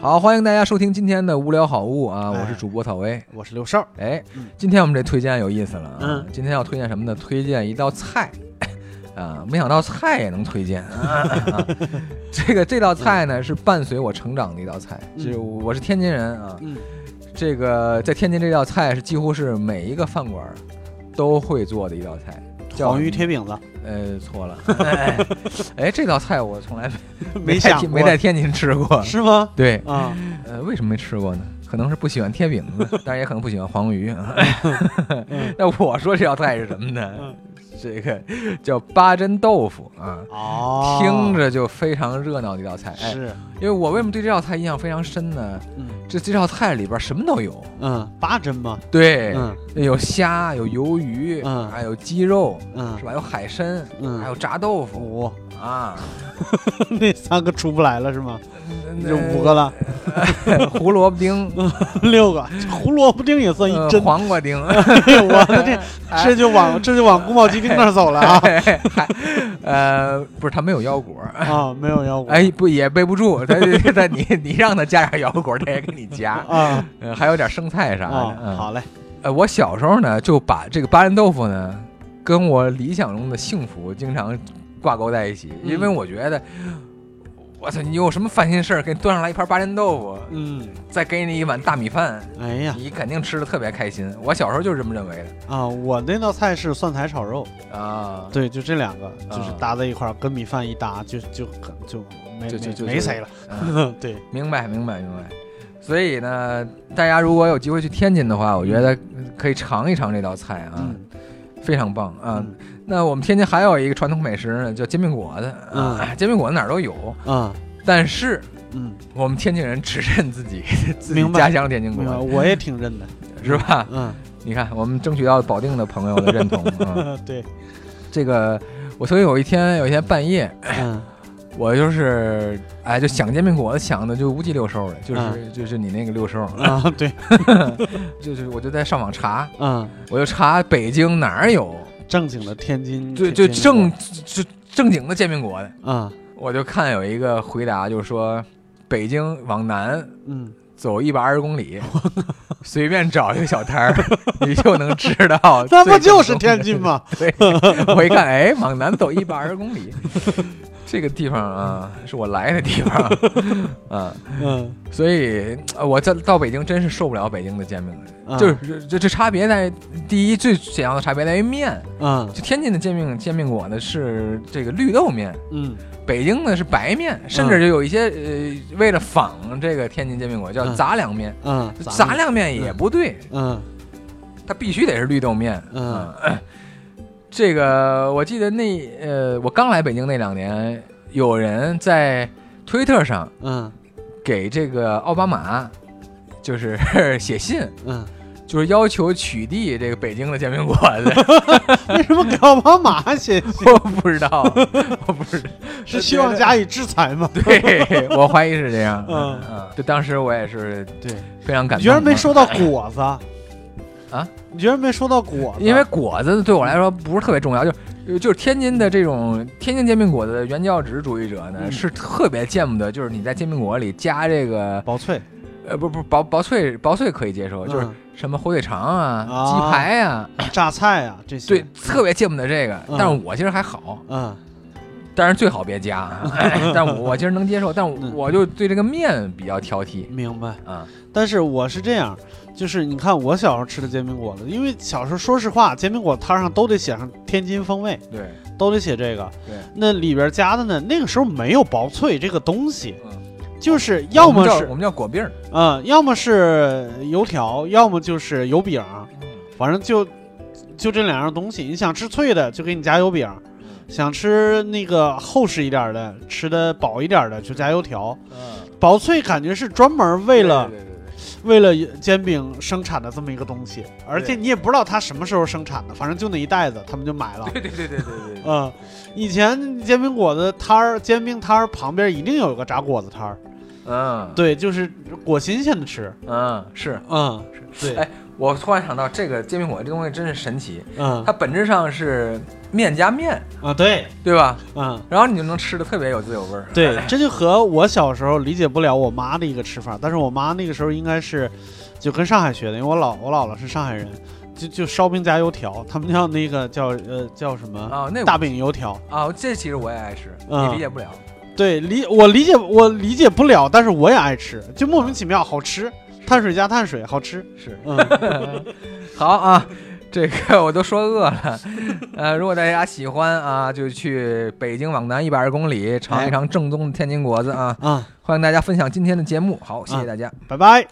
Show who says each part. Speaker 1: 好，欢迎大家收听今天的无聊好物啊，我是
Speaker 2: 哎
Speaker 1: 主播草薇。
Speaker 2: 我是刘少，
Speaker 1: 哎
Speaker 2: 嗯，
Speaker 1: 今天我们这推荐有意思了啊！
Speaker 2: 嗯
Speaker 1: 今天要推荐什么呢？推荐一道菜， 啊，没想到菜也能推荐啊！ 啊这个这道菜呢是伴随我成长的一道菜，
Speaker 2: 嗯
Speaker 1: 就是我是天津人啊，
Speaker 2: 嗯，
Speaker 1: 这个在天津这道菜是几乎是每一个饭馆儿都会做的一道菜，叫
Speaker 2: 黄鱼贴 饼子，
Speaker 1: 呃错了，哎，哎这道菜我从来没在
Speaker 2: 想
Speaker 1: 天
Speaker 2: 过，
Speaker 1: 没在天津吃过，
Speaker 2: 是吗？
Speaker 1: 对，
Speaker 2: 啊，
Speaker 1: 呃，为什么没吃过呢？可能是不喜欢贴饼 子，当然也可能不喜欢黄鱼 啊。
Speaker 2: 嗯
Speaker 1: 那我说这道菜是什么呢
Speaker 2: 嗯？
Speaker 1: 这个叫八珍豆腐啊，
Speaker 2: 哦，
Speaker 1: 听着就非常热闹的一道菜。哎，
Speaker 2: 是，
Speaker 1: 因为我为什么对这道菜印象非常深呢？
Speaker 2: 嗯
Speaker 1: 这这道菜里边什么都有，
Speaker 2: 嗯，八针嘛，
Speaker 1: 对，
Speaker 2: 嗯
Speaker 1: 有虾，有鱿鱼，
Speaker 2: 嗯
Speaker 1: 还有鸡肉，
Speaker 2: 嗯
Speaker 1: 是，吧？有海参，
Speaker 2: 嗯
Speaker 1: 还有炸豆腐
Speaker 2: 五，
Speaker 1: 啊，
Speaker 2: 那三个出不来了是吗？
Speaker 1: 那
Speaker 2: 有五个了，
Speaker 1: 胡萝卜丁，
Speaker 2: 六个，这胡萝卜丁也算一
Speaker 1: 呃
Speaker 2: 针，
Speaker 1: 黄瓜丁，
Speaker 2: 我这
Speaker 1: 哎
Speaker 2: 这就往这就往宫保鸡丁那儿走了啊
Speaker 1: 呃，不是，它没有腰果。
Speaker 2: 啊，没有腰果，
Speaker 1: 哎，不也背不住，他他你 你让他加点腰果，他也给你加，
Speaker 2: 啊
Speaker 1: 呃还有点生菜啥的。
Speaker 2: 啊，
Speaker 1: 嗯、
Speaker 2: 好嘞，
Speaker 1: 呃，我小时候呢就把这个八珍豆腐呢跟我理想中的幸福经常挂钩在一起，
Speaker 2: 嗯
Speaker 1: 因为我觉得，我操，你有什么烦心事儿，给你端上来一盘八珍豆腐，
Speaker 2: 嗯，
Speaker 1: 再给你一碗大米饭，
Speaker 2: 哎呀
Speaker 1: 你肯定吃的特别开心。我小时候就是这么认为
Speaker 2: 啊，我那道菜是蒜苔炒肉，
Speaker 1: 的啊。
Speaker 2: 对，就这两个，就是
Speaker 1: 啊
Speaker 2: 搭在一块儿，跟米饭一搭，就就很就没
Speaker 1: 就就
Speaker 2: 没
Speaker 1: 就
Speaker 2: 没谁了。
Speaker 1: 嗯
Speaker 2: 对，
Speaker 1: 明白，明白，明白。所以呢，大家如果有机会去天津的话，我觉得可以尝一尝这道菜啊，
Speaker 2: 嗯
Speaker 1: 非常棒啊。，那我们天津还有一个传统美食呢，叫煎饼果子啊。
Speaker 2: 嗯
Speaker 1: 煎饼果子哪儿都有，
Speaker 2: 啊，
Speaker 1: 但是
Speaker 2: 嗯，
Speaker 1: 我们天津人只认自己自己
Speaker 2: 明白
Speaker 1: 家乡天津
Speaker 2: 明白，
Speaker 1: 果
Speaker 2: 我也挺认的。
Speaker 1: 子，是吧？
Speaker 2: 嗯，
Speaker 1: 你看，我们争取到保定的朋友的认同 啊。
Speaker 2: 对，
Speaker 1: 这个，我曾经有一天，有一天半夜，
Speaker 2: 嗯
Speaker 1: 我就是哎，就想煎饼果子，想的就无计六收了，
Speaker 2: 嗯
Speaker 1: 就是就是你那个六收，
Speaker 2: 啊，对，
Speaker 1: 就是我就在上网查，
Speaker 2: 嗯，
Speaker 1: 我就查北京哪儿有，
Speaker 2: 正经的天津，
Speaker 1: 就就
Speaker 2: 天津
Speaker 1: 正
Speaker 2: 锅
Speaker 1: 就正经的煎饼果子，
Speaker 2: 啊，
Speaker 1: 我就看有一个回答，就是说北京往南
Speaker 2: 嗯，
Speaker 1: 走一百二十公 里，随便找一个小摊儿，你就能吃到最正宗的。
Speaker 2: 那不就是天 津吗？
Speaker 1: 对，我一看，哎，往南走一百二十公里，这个地方啊，是我来的地方 啊，
Speaker 2: 嗯
Speaker 1: 所以呃我在到北京真是受不了北京的煎饼了，
Speaker 2: 啊
Speaker 1: 就是这这差别在第一最显要的差别在于面。
Speaker 2: 嗯
Speaker 1: 就天津的煎饼煎饼果呢是这个绿豆面，
Speaker 2: 嗯
Speaker 1: 北京呢是白面，甚至就有一些、呃为了仿这个天津煎饼果叫
Speaker 2: 嗯
Speaker 1: 杂粮面，
Speaker 2: 嗯，
Speaker 1: 杂粮面也不对，
Speaker 2: 嗯
Speaker 1: 它必须得是绿豆面。
Speaker 2: 嗯
Speaker 1: 嗯 这个我记得那呃我刚来北京那两年，有人在推特上
Speaker 2: 嗯
Speaker 1: 给这个奥巴马。就是 写信，
Speaker 2: 嗯，
Speaker 1: 就是要求取缔这个北京的煎饼果子，
Speaker 2: 为什么给奥巴 马写
Speaker 1: 我不知道，我不 知道。
Speaker 2: 是希望加以制裁吗？
Speaker 1: 对，我怀疑是这样。嗯
Speaker 2: 嗯
Speaker 1: 嗯，就当时我也是
Speaker 2: 对，
Speaker 1: 非常感动。
Speaker 2: 你居然没说到果子啊？你居然没说到果子？
Speaker 1: 因为果子对我来说不是特别重要，就就是天津的这种天津煎饼果子的原教旨主义者呢，
Speaker 2: 嗯
Speaker 1: 是特别见不得，就是你在煎饼果里加这个
Speaker 2: 薄脆，
Speaker 1: 呃不不薄薄脆薄脆可以接受，哦就是
Speaker 2: 嗯
Speaker 1: 什么火腿肠啊、
Speaker 2: 啊
Speaker 1: 鸡排呀，
Speaker 2: 榨菜啊这些。
Speaker 1: 对，特别见不得这个。
Speaker 2: 嗯
Speaker 1: 但是我其实还好，
Speaker 2: 嗯
Speaker 1: 但是最好别加。 哎但我我其实能接受，但
Speaker 2: 嗯
Speaker 1: 我就对这个面比较挑剔
Speaker 2: 明白。
Speaker 1: 啊。
Speaker 2: 但是我是这样，就是你看我小时候吃的煎饼果子，因为小时候说实话，煎饼果摊上都得写上天津风味，
Speaker 1: 对，
Speaker 2: 都得写这个。
Speaker 1: 对，
Speaker 2: 那里边加的呢，那个时候没有薄脆这个东西，
Speaker 1: 嗯
Speaker 2: 就是要么
Speaker 1: 我们叫
Speaker 2: 是
Speaker 1: 我们叫果篦儿。
Speaker 2: 嗯，要么是油条，要么就是油饼，反正就就这两样东西。你想吃脆的，就给你加油饼；想吃那个厚实一点的，吃的饱一点的，就加油条。
Speaker 1: 嗯，
Speaker 2: 薄脆感觉是专门为了
Speaker 1: 对对对对
Speaker 2: 为了煎饼生产的这么一个东西，而且你也不知道它什么时候生产的，反正就那一袋子，他们就买 了。
Speaker 1: 对对对对对对，
Speaker 2: 嗯，以前煎饼果子摊儿、煎饼摊儿旁边一定有一个炸果子摊儿，
Speaker 1: 嗯，
Speaker 2: 对，就是裹新鲜的吃。
Speaker 1: 嗯是。
Speaker 2: 嗯，
Speaker 1: 是
Speaker 2: 对，
Speaker 1: 哎我突然想到，这个煎饼果子这东西真是神奇，
Speaker 2: 嗯
Speaker 1: 它本质上是面加面，
Speaker 2: 啊，对，
Speaker 1: 对吧？
Speaker 2: 嗯，
Speaker 1: 然后你就能吃的特别有滋有味儿。 哎
Speaker 2: 对，这就和我小时候理解不了我妈的一个吃法，但是我妈那个时候应该是就跟上海学的，因为我姥我姥姥是上海人，就就烧饼加油条，他们叫那个叫呃 叫什么、
Speaker 1: 啊，那我
Speaker 2: 大饼油条，
Speaker 1: 啊，这其实我也爱吃，
Speaker 2: 嗯
Speaker 1: 你理解不了。
Speaker 2: 对理我理解我理解不了，但是我也爱吃，就莫名其妙好吃，碳水加碳水好吃，
Speaker 1: 是
Speaker 2: 嗯
Speaker 1: 好啊，这个我都说饿了。呃，如果大家喜欢啊，就去北京往南一百二十公里
Speaker 2: 哎
Speaker 1: 尝一尝正宗的天津果子啊！
Speaker 2: 啊，
Speaker 1: 欢迎大家分享今天的节目，好，谢谢大家。
Speaker 2: 拜拜。